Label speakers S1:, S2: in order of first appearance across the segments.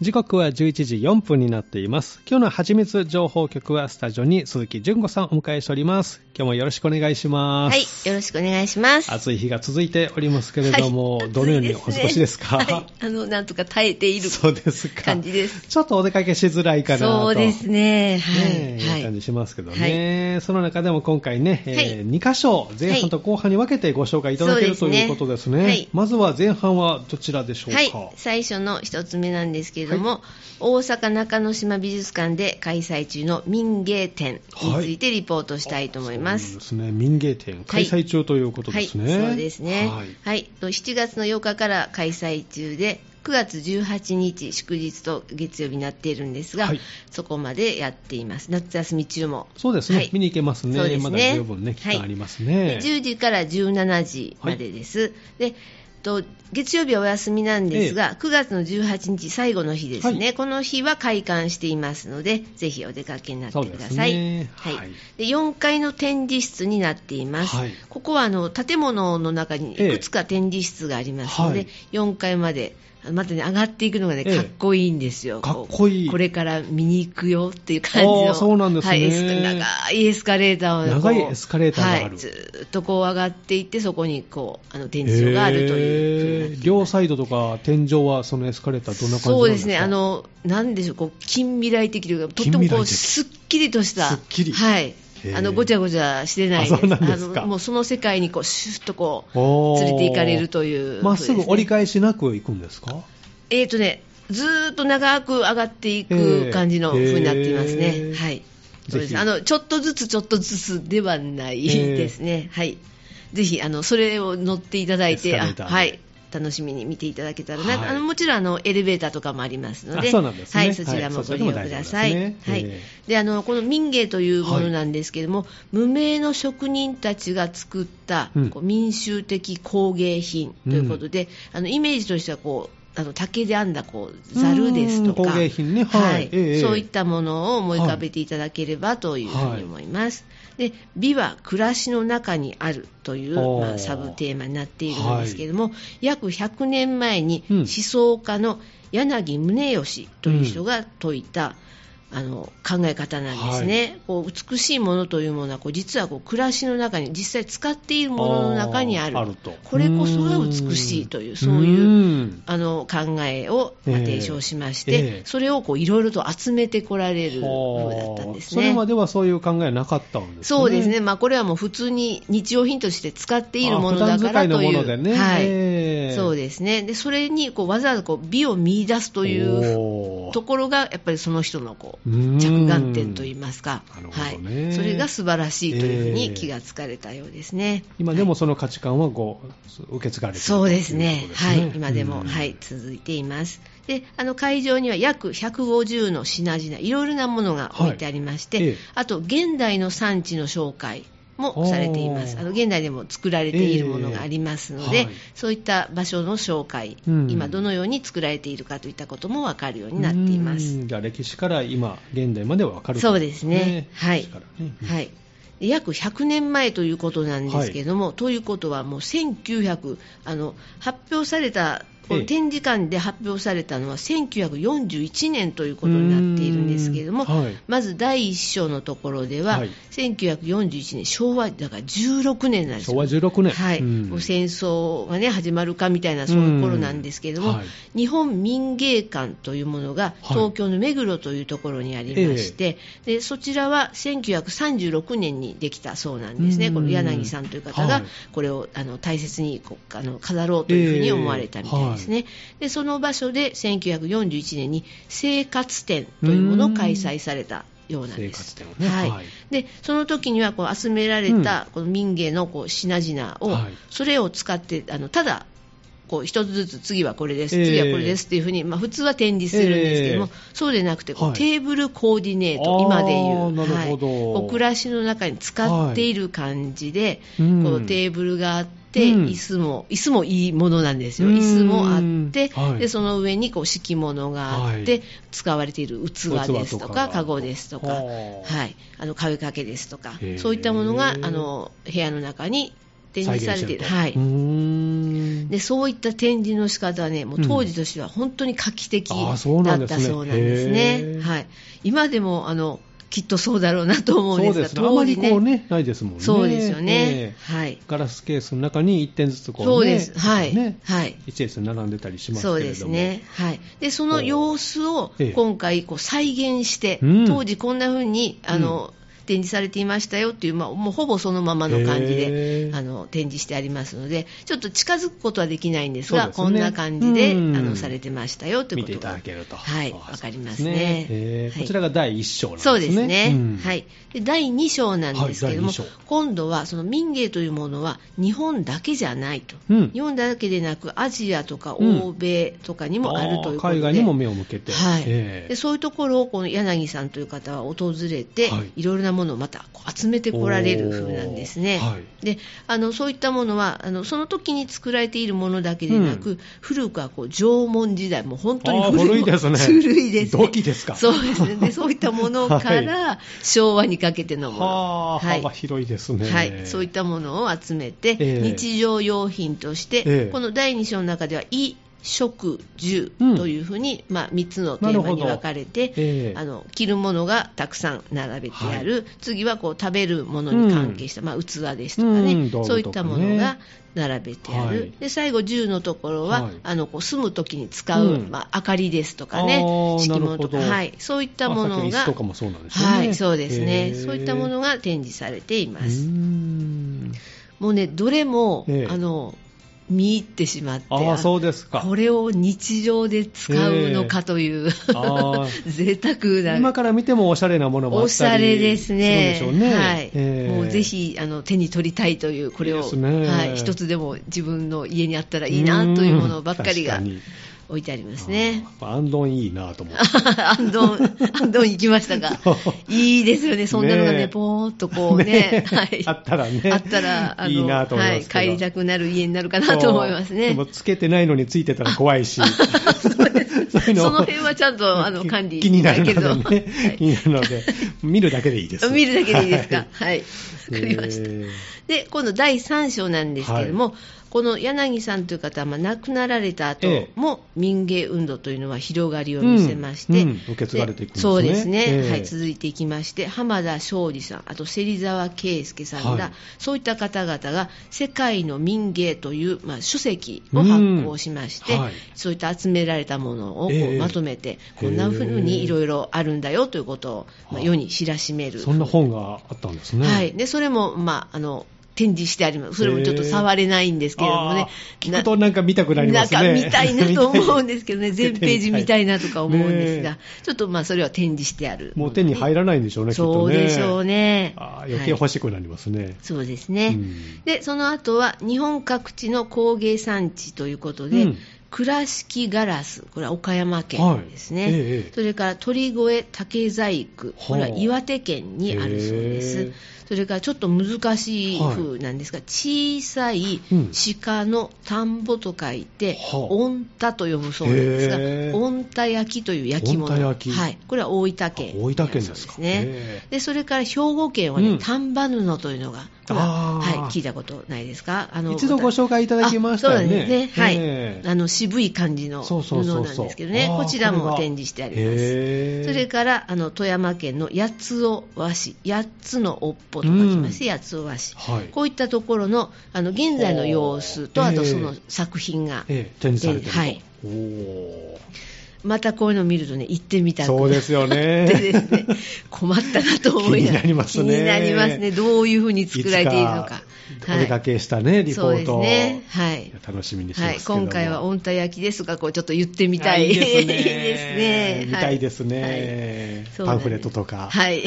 S1: 時刻は11時4分になっています。今日のはちみつ情報局はスタジオに鈴木純子さんをお迎えしております。今日もよろしくお願いします。
S2: はい、よろしくお願いします。
S1: 暑い日が続いておりますけれども、
S2: はい
S1: どのようにお過ごしですか
S2: はい、あ の、なんとか耐えている
S1: そうですか。
S2: 感じです。
S1: ちょっとお出かけしづらいかなと。
S2: そうですね。はい。
S1: ねえ、
S2: はいい。
S1: 感じしますけどね、その中でも今回ね、え
S2: は
S1: 2箇所、前半と後半に分けてご紹介いただける、
S2: はい
S1: ということですね、
S2: そうですねはい
S1: まずは前半はどちらでしょうか。
S2: はい最初の一つ目なんですけれども、大阪中之島美術館で開催中の民芸展についてリポートしたいと思いま
S1: そ
S2: す。
S1: うですね、民芸展、開催中ということですね。
S2: はい、そうですね。
S1: は
S2: はいい、と7月の8日から開催中で、9月18日祝日と月曜日になっているんですが、
S1: はい
S2: そこまでやっています。夏休み中も。
S1: そうですね、
S2: はい
S1: 見に行けますね
S2: そうです
S1: ま
S2: ね
S1: だ十分ね、期間ありますね。
S2: で10時から17時までです。でと月曜日はお休みなんですが、9月の18日最後の日ですね、
S1: はい
S2: この日は開館していますのでぜひお出かけになってください、
S1: そうですね
S2: はい
S1: はい
S2: で4階の展示室になっています、
S1: はい
S2: ここはあの建物の中にいくつか展示室がありますの
S1: え
S2: で、4階までまたね上がっていくのがね
S1: ええ
S2: かっこいいんですよ、
S1: かっこいい
S2: これから見に行くよっていう感じ
S1: あー
S2: の
S1: そうなんですね
S2: はいエスカ長いエスカレーターをこう
S1: 長いエスカレーターがある
S2: はい、ずーっとこう上がっていってそこにこうあの展示場があるというふうになっています、
S1: えー両サイドとか天井はそのエスカレーターどんな感じなんですか
S2: そうですねあのなんでしょうこう近未来的というかとって
S1: 近
S2: も
S1: 未来
S2: こう
S1: 的
S2: すっきりとした
S1: すっきり
S2: はい
S1: へー
S2: あのごちゃごちゃしてない
S1: あそうなんですか
S2: あのもうその世界にこうシュッとこ
S1: お
S2: う
S1: ー
S2: 連れて行かれるという
S1: まっすぐ折り
S2: 返
S1: 返しなく行くんですか
S2: えっ、とねずーっと長く上がってい
S1: ええ
S2: く感じの風になっていますね、
S1: ええ
S2: はい
S1: ひ
S2: そうですあのちょっとずつちょっとずつではない
S1: ええ
S2: ですね、はいぜひあのそれを乗っていただい
S1: エス
S2: て
S1: カレー
S2: あ
S1: ターで
S2: はい楽しみに見ていただけたらな、
S1: はい
S2: あのもちろんあのエレベーターとかもありますの
S1: あ
S2: で
S1: そうなんですね
S2: はい、そちらも
S1: はいそちら
S2: ご利
S1: も大
S2: 用く
S1: 丈夫で
S2: だ
S1: すね
S2: さい、はい
S1: え
S2: であのこの民芸というも
S1: は
S2: の
S1: い
S2: なんですけれども、無名の職人たちが作った
S1: うん
S2: こう民衆的工芸品ということで、あのイメージとしてはこうあの竹で編んだこうざるですと
S1: うん
S2: か
S1: 工芸品ねはいええ
S2: そういったものを思い浮かべていただければというふうに思います、で美は暮らしの中にあるという、
S1: おー
S2: まあ、サブテーマになっているんですけれども、約100年前に
S1: うん
S2: 思想家の柳宗悦という人が説いた、あの考え方なんですね、こう美しいものというものはこう実はこう暮らしの中に実際使っているものの中にある
S1: あーあると
S2: これこそが美しいというそういう
S1: うん
S2: あの考えをまあ
S1: ええ
S2: 提唱しまして、
S1: ええ
S2: それをこういろいろと集めてこられる風だったんです
S1: それ
S2: ね。
S1: まではそういう考えはなかったんですね
S2: そうですね、まあ、これはもう普通に日用品として使っているもの
S1: あ
S2: だ
S1: 普段
S2: か
S1: 使い
S2: ら
S1: の
S2: とい
S1: も
S2: う、
S1: のでね、
S2: はい
S1: ええ
S2: そうですね、でそれにこうわざわざこう美を見出すという
S1: おー
S2: ところが、やっぱりその人のこう
S1: うん
S2: 着眼点といいますか、
S1: なるほ
S2: は
S1: どね
S2: い、それが素晴らしいというふう
S1: ええ
S2: に気がつかれたようですね。
S1: 今でもその価値観はこう受け継がれている
S2: そうです
S1: とい
S2: ね
S1: うこと
S2: はい、今でも、
S1: うん
S2: はい、続いています。であの会場には約150の品々いろいろなものが置いてありまして、
S1: はいええ
S2: あと現代の産地の紹介もされています
S1: おー
S2: あの現代でも作られているものがありますので、
S1: ええはい
S2: そういった場所の紹介、
S1: うん
S2: 今どのように作られているかといったことも分かるようになっています。
S1: うんじゃあ歴史から今現代までは分かる
S2: そうですねはい
S1: 歴史からね
S2: はい、で約100年前ということなんですけれども、ということはもう1900あの発表されたこ
S1: ええ
S2: の展示館で発表されたのは1941年ということになっているんですけれども、
S1: うーんはい
S2: まず第一章のところでは、
S1: はい
S2: 1941年昭和だから16年なんです
S1: 昭
S2: よ
S1: 和16年
S2: はい
S1: うん
S2: もう戦争が、ね、始まるかみたいなそういう頃なんですけれども、
S1: うんはい
S2: 日本民芸館というものが
S1: はい
S2: 東京の目黒というところにありまして、でそちらは1936年にできたそうなんですね、
S1: うん
S2: この柳さんという方
S1: はい
S2: がこれをあの大切にこうあの飾ろうというふうに思われたみたいですね、でその場所で1941年に生活展というものを開催されたようなんです。
S1: 生活展をね
S2: はい
S1: はい
S2: でその時にはこう集められたこの民芸のこう品々を、
S1: はい
S2: それを使ってあのただこう一つずつ次はこれです、
S1: ええ
S2: 次はこれですっていうふうに、まあ、普通は展示するんですけども、
S1: ええ
S2: そうでなくてこう、
S1: はい
S2: テーブルコーディネート今でい
S1: あー
S2: う
S1: なるほど
S2: はいこう暮らしの中に使っている感じで、
S1: うん
S2: こうテーブルがあって、
S1: うん
S2: 椅子も椅子もいいものなんですよ
S1: うん
S2: 椅子もあって、
S1: はい
S2: でその上にこう敷物があって、
S1: はい
S2: 使われている器です
S1: 器と
S2: と
S1: か
S2: か籠ですとか、
S1: はあ
S2: はい、あの壁掛けですとか
S1: へえ
S2: そういったものがあの部屋の中に展示されている
S1: 再現し
S2: はい
S1: とうーん
S2: でそういった展示の仕方はねもう当時としては本当に画期的
S1: あ
S2: だ
S1: ー
S2: った
S1: そう
S2: そう
S1: な
S2: なん
S1: で
S2: んですす
S1: ね
S2: ね。
S1: へー
S2: はい、今でもあのきっとそうだろうなと思うん
S1: そう
S2: です
S1: ですね。
S2: が、
S1: あまりこう
S2: ね
S1: ね、ないですもんね。
S2: そうですよね
S1: え、え
S2: はい、
S1: ガラスケースの中に1点ずつこうね。
S2: そうです、はい、
S1: ね。
S2: はい、
S1: 1列に並んでたりしますけれ
S2: そ
S1: ども。
S2: うですね、はい、でその様子を
S1: ええ
S2: 今回こう再現して、
S1: うん
S2: 当時こんな風にあの、展示されていましたよっていう、まあ、もうほぼそのままの感じ
S1: へ
S2: で
S1: え
S2: あの展示してありますのでちょっと近づくことはできないんですが
S1: そ
S2: こ
S1: うです
S2: ん
S1: ね
S2: な感じで、
S1: うん
S2: あのされてましたよという
S1: 見
S2: こ
S1: て
S2: と
S1: いた
S2: が
S1: だけると。
S2: はい
S1: ああ
S2: わかりま
S1: そ
S2: す
S1: う
S2: ね
S1: でええ
S2: はい
S1: こちらが第1章なんですね。
S2: そうですね、
S1: ん
S2: はい、で第2章なんですけれども、
S1: はい第二章
S2: 今度はその民芸というものは日本だけじゃないと、
S1: うん
S2: 日本だけでなくアジアとか
S1: うん
S2: 欧米とかにもあるということ
S1: ああ
S2: で、
S1: 海外にも目を向けて。
S2: はい
S1: ええ
S2: でそういうところをこの柳さんという方は訪れて、
S1: はい
S2: い、ろいろなものをまたこう集めてこられる風なんですね。
S1: おーは
S2: であのそういったものはあのその時に作られているものだけでなく、
S1: う
S2: 古くはこう縄文時代もう本当に
S1: あー古
S2: 古い
S1: いですね
S2: 古いですね
S1: 土器ですか
S2: そうですねでそういったものか
S1: は
S2: ら昭和にかけてのもの、
S1: はあ、
S2: はい
S1: 幅広いですね。
S2: はい、そういったものを集めて、
S1: ええ
S2: 日常用品として、
S1: ええ
S2: この第2章の中では衣食住
S1: うん
S2: というふうに、まあ、3つのテーマに分かれて、
S1: ええ
S2: あの着るものがたくさん並べてある、次はこう食べるものに関係した、まあ、器ですとかね、
S1: うん道具とかね
S2: そういったものが並べてある、
S1: はい
S2: で最後住のところは、
S1: はい
S2: あのこう住む時に使う、
S1: うん
S2: まあ、明かりですとかね
S1: あー
S2: 敷物と
S1: な
S2: か、
S1: るほど
S2: はい、そういったもの
S1: あさっき
S2: が
S1: 椅子とかもそうなんですよね。
S2: はい、そうです
S1: へ
S2: ね。
S1: え
S2: そういったものが展示されていうま
S1: ー
S2: す。
S1: ん
S2: もうね、どれも、
S1: ええ
S2: あの見入ってしまって、
S1: ああ、
S2: あ
S1: そうですか。
S2: これを日常で使うのかという、
S1: あ
S2: 贅沢な。
S1: 今から見てもおしゃれなものもあ
S2: お
S1: っ
S2: したゃれで
S1: りす
S2: す
S1: るんで
S2: ね。
S1: しょうね。
S2: はい、
S1: ええ
S2: もうぜひあの手に取りたいというこれを
S1: いいですね
S2: はい一つでも自分の家にあったらいいなというものばっかりが
S1: うん確かに
S2: 置いてありますね
S1: あ。ーやっぱアンドンいいなと思って。
S2: あ んどん、あんどん行きましたが
S1: そう、
S2: いいですよね、そんなのが
S1: ね
S2: ね、
S1: え
S2: ぽーっとこうね、は
S1: あったらね
S2: あったら、あの
S1: いいなと思いますけど
S2: はい、帰りたくなる家になるかなと思います
S1: で
S2: ね
S1: も。つけてないのについてたら怖いし。そうい
S2: そう
S1: の
S2: の辺はちゃんとあの
S1: き
S2: 管理
S1: 気になる
S2: けど
S1: ので ね、気になるので、見るだけでいいです。
S2: 見るだけでいいですか。
S1: は
S2: はい。わ、
S1: い。
S2: かりました。
S1: えー
S2: で、今度第3章なんですけれども、この柳さんという方は、まあ、亡くなられた後
S1: ええ
S2: も民芸運動というのは広がりを見せまして、
S1: うんうん受け継がれていくんですね
S2: そうですね、
S1: ええ
S2: はい、続いていきまして浜田庄司さんあと芹沢圭介さんら、
S1: はい
S2: そういった方々が「世界の民芸」という、まあ、書籍を発行しまして、
S1: うんはい
S2: そういった集められたものをこう
S1: ええ
S2: まとめて、こんなふうにいろいろあるんだよということを、まあ、世に知らしめる
S1: そんな本があったんですね。
S2: はい、でそれも、まあ、あの展示してあります、それもちょっと触れないんですけれども
S1: あ、
S2: ね
S1: ー聞くとなんか見たくなりますね。
S2: なんか見たいなと思うんですけどね、
S1: 見たい
S2: 全ページ見たいなとか思うんです
S1: ね
S2: が、ちょっとまあそれは展示してある、
S1: もう手に入らないんでしょうね、きっ
S2: そ
S1: と
S2: う
S1: ね。
S2: でしょうね。
S1: あー余計欲
S2: しい
S1: しくなりますね。
S2: そうですね、
S1: うん
S2: でその後は日本各地の工芸産地ということで、
S1: うん
S2: 倉敷ガラス、これは岡山県ですね、
S1: はいええ
S2: それから鳥越竹細工、これは岩手県にあるそうで
S1: へ
S2: す
S1: え、
S2: それからちょっと難しい風なんですが、小さい
S1: うん
S2: 鹿の田んぼと書いて、
S1: はあ
S2: 御田と呼ぶそうなんで
S1: へえ
S2: すが、御田焼きという焼き物、
S1: 御田焼き
S2: はい、これは大分県
S1: あ大分県ですか
S2: そうね
S1: へえ
S2: でそれから兵庫県はね、
S1: うん
S2: 丹波布というのが、これ
S1: あ
S2: は
S1: ー
S2: はい、聞いたことないですかあ
S1: 一度ご紹介いただきましたよね
S2: あそうなんですね、はい
S1: ええ
S2: あの渋い感じの
S1: そう
S2: 布
S1: そう
S2: な
S1: そ
S2: ん
S1: う
S2: で
S1: そう
S2: すけどね
S1: あー
S2: こちら
S1: これ
S2: も
S1: が
S2: 展示してあります
S1: へー
S2: それからあの富山県の八尾和紙八つの尾っぽと書きまして、
S1: う
S2: 八尾和紙
S1: はい、
S2: こういったところのあの現在の様子と
S1: ほう
S2: あとそ
S1: え
S2: の
S1: え
S2: 作品が、
S1: ええ展示されてると、
S2: はい
S1: おー
S2: またこういうのを見るとね行ってみたく
S1: そうですよね
S2: でですね、困ったなと思いながら
S1: 気になりますね
S2: 気になりますねどういうふうに作られているの
S1: い
S2: か
S1: つかお出かけしたね、リポ
S2: そう
S1: ー
S2: で
S1: ト
S2: す
S1: を、
S2: ねはい
S1: いや楽しみにしてま
S2: はい、
S1: すけども
S2: 今回は温帯焼きですが、こうちょっと言ってみ
S1: あ
S2: たい。
S1: いいですね
S2: いいですね
S1: 見たいですね
S2: そうなん
S1: パン
S2: です
S1: フレットとか
S2: はい。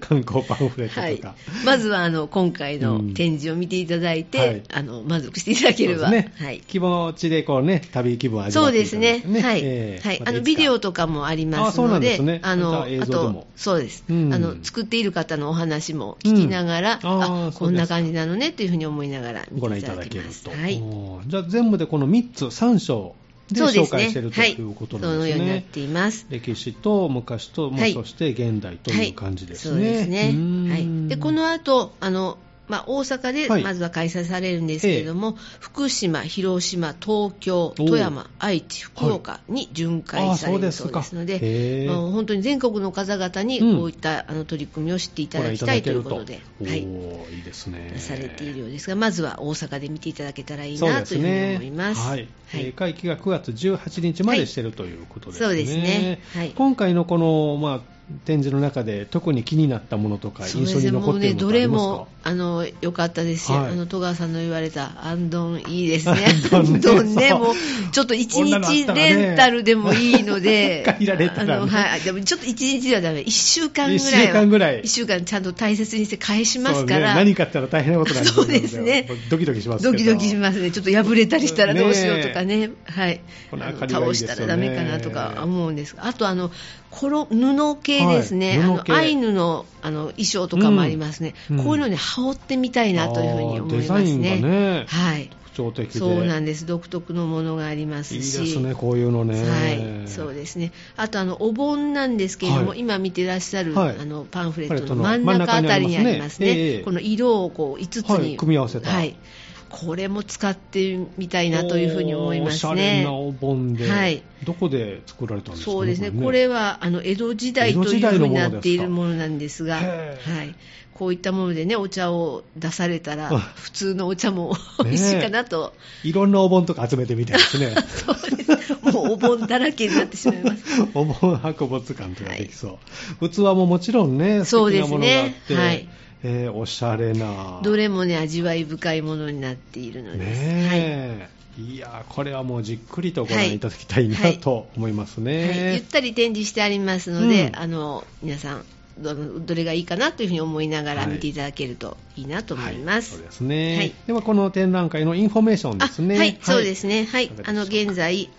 S1: 観光パンフレットとか、
S2: はい、まずはあの今回の
S1: うん
S2: 展示を見ていただいて、
S1: はい
S2: あの満足していただければ、
S1: そうですね
S2: はい、
S1: 気持ちでこうね旅気分を味
S2: そ
S1: わっ
S2: う
S1: てい
S2: で
S1: た
S2: す
S1: だい
S2: ね
S1: て、、
S2: はい、
S1: ええ
S2: はい、
S1: また
S2: あの
S1: いつか
S2: ビデオとかもありま
S1: あ
S2: す
S1: そうな
S2: の
S1: んで
S2: で、
S1: すね
S2: あ
S1: また
S2: の
S1: 映
S2: あ
S1: 像でも
S2: とそうです、
S1: うん
S2: あの作っている方のお話も聞きながら、
S1: うんあー
S2: あ
S1: そ
S2: こ
S1: うですか
S2: んな感じなのねというふうに思いながら見
S1: ご
S2: て
S1: 覧
S2: い
S1: いた
S2: ただ
S1: だ
S2: き
S1: ける
S2: ます。
S1: と、
S2: はい、
S1: おーじゃあ全部でこの3つ3章で
S2: そうで
S1: 紹
S2: すね
S1: 介していると
S2: はい
S1: いうことなん
S2: その
S1: です
S2: ようになっ
S1: ね、
S2: ています。
S1: 歴史と昔と、まあ
S2: はい
S1: そして現代という感じですね。
S2: はい、そうです
S1: うーん
S2: ね、はい、でこの後あのまあ、大阪
S1: はい
S2: でまずは開催されるんですけれども、福島、広島、東京、富山、愛知、福岡に巡回されるそうですので、
S1: へー
S2: まあ本当に全国の方々に
S1: うん
S2: こういった、あの取り組みを知っていた
S1: ご
S2: だ
S1: 覧
S2: きたいという
S1: る
S2: ことで、
S1: お
S2: はい、
S1: ーいいですね。
S2: されているようですが、まずは大阪で見ていただけたらいい
S1: そう
S2: な
S1: で
S2: と
S1: す
S2: いうふうに
S1: ね
S2: 思います。
S1: はいえー会期が9月18日までしてるということですね。
S2: そうですねはい
S1: 今回のこの、まあ、展示の中で特に気になったものとか
S2: そうで
S1: 印
S2: す
S1: 象
S2: ね
S1: に
S2: も
S1: 残っ
S2: う
S1: てい
S2: ね、
S1: るも
S2: ど
S1: のってあります
S2: れ
S1: か、
S2: もあの良かったですし、
S1: はい
S2: あの戸川さんの言われた、アンドンいいです ね、
S1: あ
S2: ア
S1: んどんね
S2: ンドンね、
S1: そう
S2: もうちょっと一
S1: 女のあっ
S2: 日
S1: たらね
S2: レンタルでもいいので、
S1: 借りられたらね
S2: あのはい、でもちょっと一日ではだめ、1週間ぐらいは、
S1: 一週間ぐらい
S2: 一週間ちゃんと大切にして返します
S1: そ
S2: か
S1: うね
S2: ら、
S1: 何かあったら大変なことになりますの
S2: そうですね
S1: ドキドキしますけど
S2: ドキドキしますね、ちょっと破れたりしたらどうしようとかね、はい、
S1: この
S2: あ
S1: 明
S2: の
S1: かりがいいで
S2: 倒
S1: すよ
S2: し
S1: ね
S2: たらダメかなとか思うんですが、あとあのこの布系ですね、
S1: はい
S2: あ
S1: 布
S2: の
S1: 系
S2: アイヌのあの衣装とかもありますね、
S1: うん
S2: こういうのに羽織ってみたいなというふうに思
S1: あ
S2: い
S1: ー
S2: ま
S1: デザイ
S2: す
S1: ンが
S2: ね。
S1: ね、
S2: はい
S1: 特徴的で
S2: そうなん
S1: で
S2: です独特のものがあります
S1: いいで
S2: し
S1: すねこういうのね、
S2: はい、そうですね。あとあのお盆なんですけれども、
S1: はい
S2: 今見てらっしゃる、
S1: はい
S2: あのパンフレットの
S1: パ
S2: 真
S1: ン
S2: ん
S1: フレットの
S2: 中あたりにあり
S1: 真ん中に
S2: ますね。
S1: ありますねええ
S2: この色をこう5つに、
S1: はい組み合わせた
S2: はいこれも使ってみたいなというふうに思います
S1: おしゃれ
S2: ね
S1: な。お盆で、
S2: はい
S1: どこで作られたんですか、
S2: そうですね。こ
S1: ね
S2: れはあの江戸時代と
S1: 江戸時
S2: いう
S1: 代
S2: ふう
S1: のも
S2: に
S1: のですか
S2: なっているものなんですが、
S1: へえ
S2: はい。こういったものでねお茶を出されたら
S1: あ
S2: 普通のお茶も美味しいかなと。
S1: いろんなお盆とか集めてみたいです ね
S2: そうです。もうお盆だらけになってしまいます。
S1: お盆博物館とかできそう、器ももちろんね素
S2: そう
S1: 敵
S2: で
S1: な
S2: す
S1: ものがあっ
S2: ね
S1: て、
S2: はい
S1: えーおしゃれな
S2: どれもね味わい深いものになっているのです。
S1: ねえ、い、やーこれはもうじっくりとご覧いただきたいな
S2: はい
S1: と思います
S2: はい
S1: ね、
S2: はい、ゆったり展示してありますので、
S1: うん
S2: あの皆さんどのどれがいいかなというふうに思いながら
S1: はい
S2: 見ていただけるといいなと思いま
S1: はい、
S2: す。
S1: そうですね、
S2: はい
S1: ではこの展覧会のインフォメーションですね
S2: あはい、そうですすね。はい
S1: いかが、でし
S2: あ
S1: ょうか
S2: の現在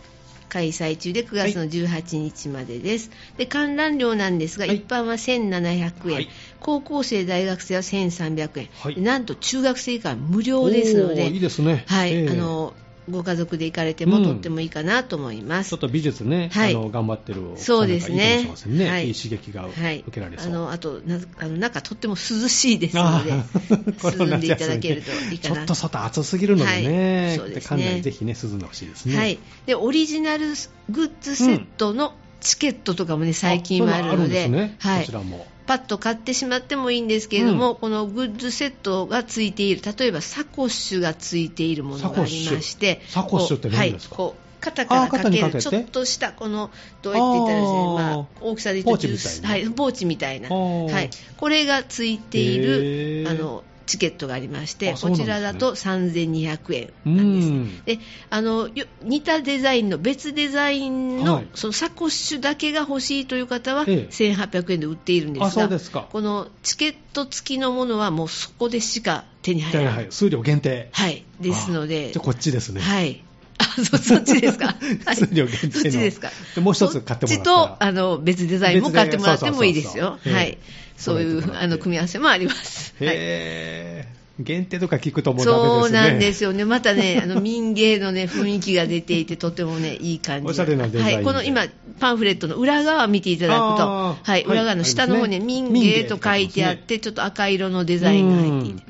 S2: 開催中で9月の18日までです。で観覧料なんですが、
S1: はい
S2: 一般は1700円、
S1: はい
S2: 高校生大学生は1300円、
S1: はい
S2: でなんと中学生以下は無料ですので、
S1: いいですね
S2: はい、
S1: ええ
S2: あのご家族で行かれても
S1: うん
S2: とってもいいかなと思います。
S1: ちょっと美術ね、
S2: は
S1: あ
S2: い
S1: の頑張ってるお子さ
S2: そ
S1: んな
S2: う
S1: ん
S2: で
S1: か
S2: す
S1: いいかもし
S2: ね
S1: れませんね、、
S2: はいい
S1: い刺激が
S2: はい
S1: 受けられ、そ
S2: あ
S1: う、
S2: のあとなあの中とっても涼しいですの で
S1: あーこの
S2: 涼ん
S1: 夏
S2: でいた
S1: 休
S2: だ
S1: み
S2: けるといい
S1: ち
S2: か
S1: ょっ
S2: な
S1: と外暑すぎるのでね、
S2: はいそうですね
S1: 館内ぜひね涼んでほしいですね、
S2: はい、でオリジナルグッズセットのチケットとかもね、最近はあるので
S1: そういうのあるんですね、
S2: は
S1: こ
S2: い
S1: ち、らも
S2: パッと買ってしまってもいいんですけれども、このグッズセットがついている例えばサコッシュがついているものがありまして
S1: サコッシュサコッシュって何ですか
S2: こうはいこう肩からかけ
S1: あー肩に
S2: る
S1: かけて
S2: ちょっとしたこのどうやって言ったらいいんですかね、
S1: あー
S2: まあ、大きさで
S1: ポーチ
S2: 言う
S1: み
S2: と
S1: たいな
S2: はい、ポーチみたいな、
S1: あー
S2: はい、これがついて
S1: へ
S2: いる
S1: ー
S2: あのチケットがありまして
S1: あそう
S2: こ
S1: なんで
S2: ち
S1: すね
S2: らだと3200
S1: う
S2: 円なんです。
S1: ん
S2: であのよ似たデザインの別デザインの,、
S1: はい
S2: そのサコッシュだけが欲しいという方は
S1: ええ
S2: 1800円で売っているんで
S1: あ
S2: すが、
S1: そうですか
S2: このチケット付きのものはもうそこでしか手に
S1: じ
S2: 入
S1: ゃ
S2: ら
S1: あ
S2: な、
S1: はいい、数量限定
S2: はい、ですの
S1: あ
S2: で
S1: じゃあ、こっちですね、
S2: はい、あそそっちで すか、はい、
S1: 数量限定の
S2: そっちですか
S1: でもう一つ買ってもらったら
S2: そっちとあの別デザインも買ってもらってもいいですよ
S1: 別、デザ
S2: は
S1: イン
S2: い、
S1: そうそうそう
S2: そ
S1: ええ揃えても
S2: ういう
S1: らって
S2: あの組み合わせもあります。はい
S1: へー限定とか聞くともうダメですね
S2: そうなんですよね、ま たね、あの民芸の、ね、雰囲気が出ていて、とても、ね、いい感じ
S1: おしゃれなデザインで
S2: はい、この今、パンフレットの裏側を見ていただく
S1: あ
S2: と、
S1: ー
S2: はい、
S1: はい
S2: 裏側の下の方
S1: あ
S2: ね、
S1: りますね
S2: 民芸と書いてあっ
S1: 民
S2: て、ちょっと赤色のデザインが入っていうて
S1: ん、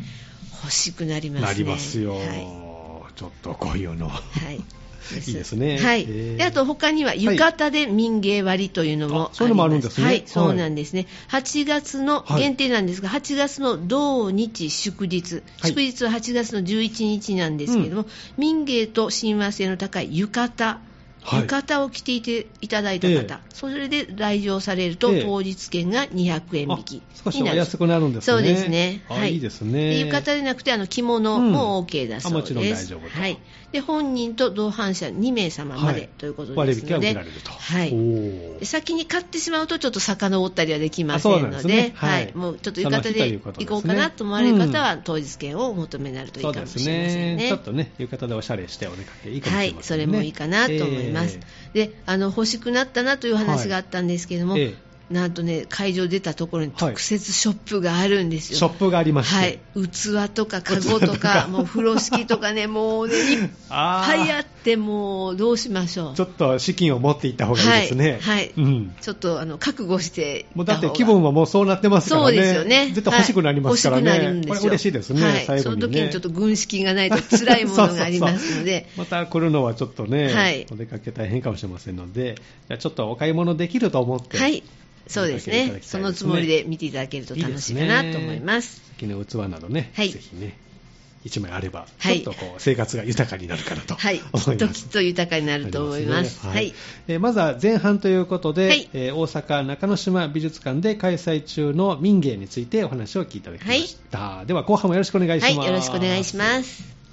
S2: 欲しくなりますね。
S1: なりますよ、
S2: はい
S1: ちょっとこういうの
S2: はい
S1: いいですね
S2: はい、
S1: へー
S2: であと他には浴衣で民芸割というのも
S1: あそういうのもあるん
S2: りま
S1: ですね
S2: はい、そうなんですね。8月の
S1: はい
S2: 限定なんですが、8月の同日祝日、
S1: はい
S2: 祝日は8月の11日なんですけれども、民芸と親和性の高い浴衣。
S1: はい
S2: 浴衣を着ていていただいた
S1: ええ
S2: 方、それで来場されると、
S1: ええ
S2: 当日券が200円引きにな
S1: あ
S2: る
S1: 少しお安くなるんですね
S2: そうですね、
S1: あいいですね
S2: で浴衣でなくてあの着物も OK だそうです、
S1: うんあもちろん大丈夫と
S2: はい、で本人と同伴者2名様まで、
S1: はい
S2: ということですの
S1: 割
S2: で
S1: 引が受けられると、
S2: はい
S1: お
S2: で
S1: ー
S2: 先に買ってしまうとちょっと遡ったりはできませ
S1: あそうなん
S2: ん
S1: で
S2: の
S1: す
S2: で
S1: ねは
S2: はいいもうちょっと浴衣
S1: その日と
S2: で
S1: いうことですね
S2: 行こうかなと思われる方は当日券をお求めになるといい
S1: そう
S2: か
S1: で
S2: も
S1: す
S2: しれません
S1: ね
S2: ね。
S1: ちょっとね浴衣でおしゃれしてお出かけいいかもし
S2: は
S1: れ
S2: い
S1: ま、せ
S2: そ
S1: んね
S2: れもいいかなと思いま
S1: え
S2: す。で、あの欲しくなったなという話があったんですけども、
S1: ええ
S2: なんとね会場出たところに特設ショップがあるんですよ、
S1: ショップがありまして、
S2: はい、器とかカゴと
S1: 器とか
S2: か、もう風呂敷とか ね、もうね、いっ
S1: あー
S2: ぱいあって、もうどうしましょう、
S1: ちょっと資金を持っていった方がいいですね。
S2: はいはい
S1: うん。
S2: ちょっとあの覚悟して
S1: もうだって気分はもうそうなってますからね。
S2: そうですよね、
S1: 絶対欲しくなりますからね。
S2: はい欲しくなるんですよ
S1: これ嬉しいですね。
S2: はい
S1: 最後
S2: その
S1: にね。
S2: 時にちょっと軍資金がないと辛いものがありますので、
S1: そうそうそうまた来るのはちょっとね、
S2: はい
S1: お出かけ大変かもしれませんので、じゃあちょっとお買い物できると思って、
S2: はい、そうです
S1: お出かけいただきたいで
S2: ね、
S1: すね
S2: そのつもりで見ていただけると楽しいかなと思います。
S1: 先の器などね、
S2: はい
S1: ぜひね、一枚あれば、
S2: はい
S1: ちょっとこう生活が豊かになるかな と思い
S2: はい、
S1: ます。
S2: きっときっと豊かになると思います。
S1: あ
S2: は
S1: り
S2: い
S1: ね、えーまずは前半ということで、
S2: はい
S1: えー大阪中之島美術館で開催中の民芸についてお話を聞いていただきました、では後半もよろしくお願いします、
S2: はい、よろしくお願いします。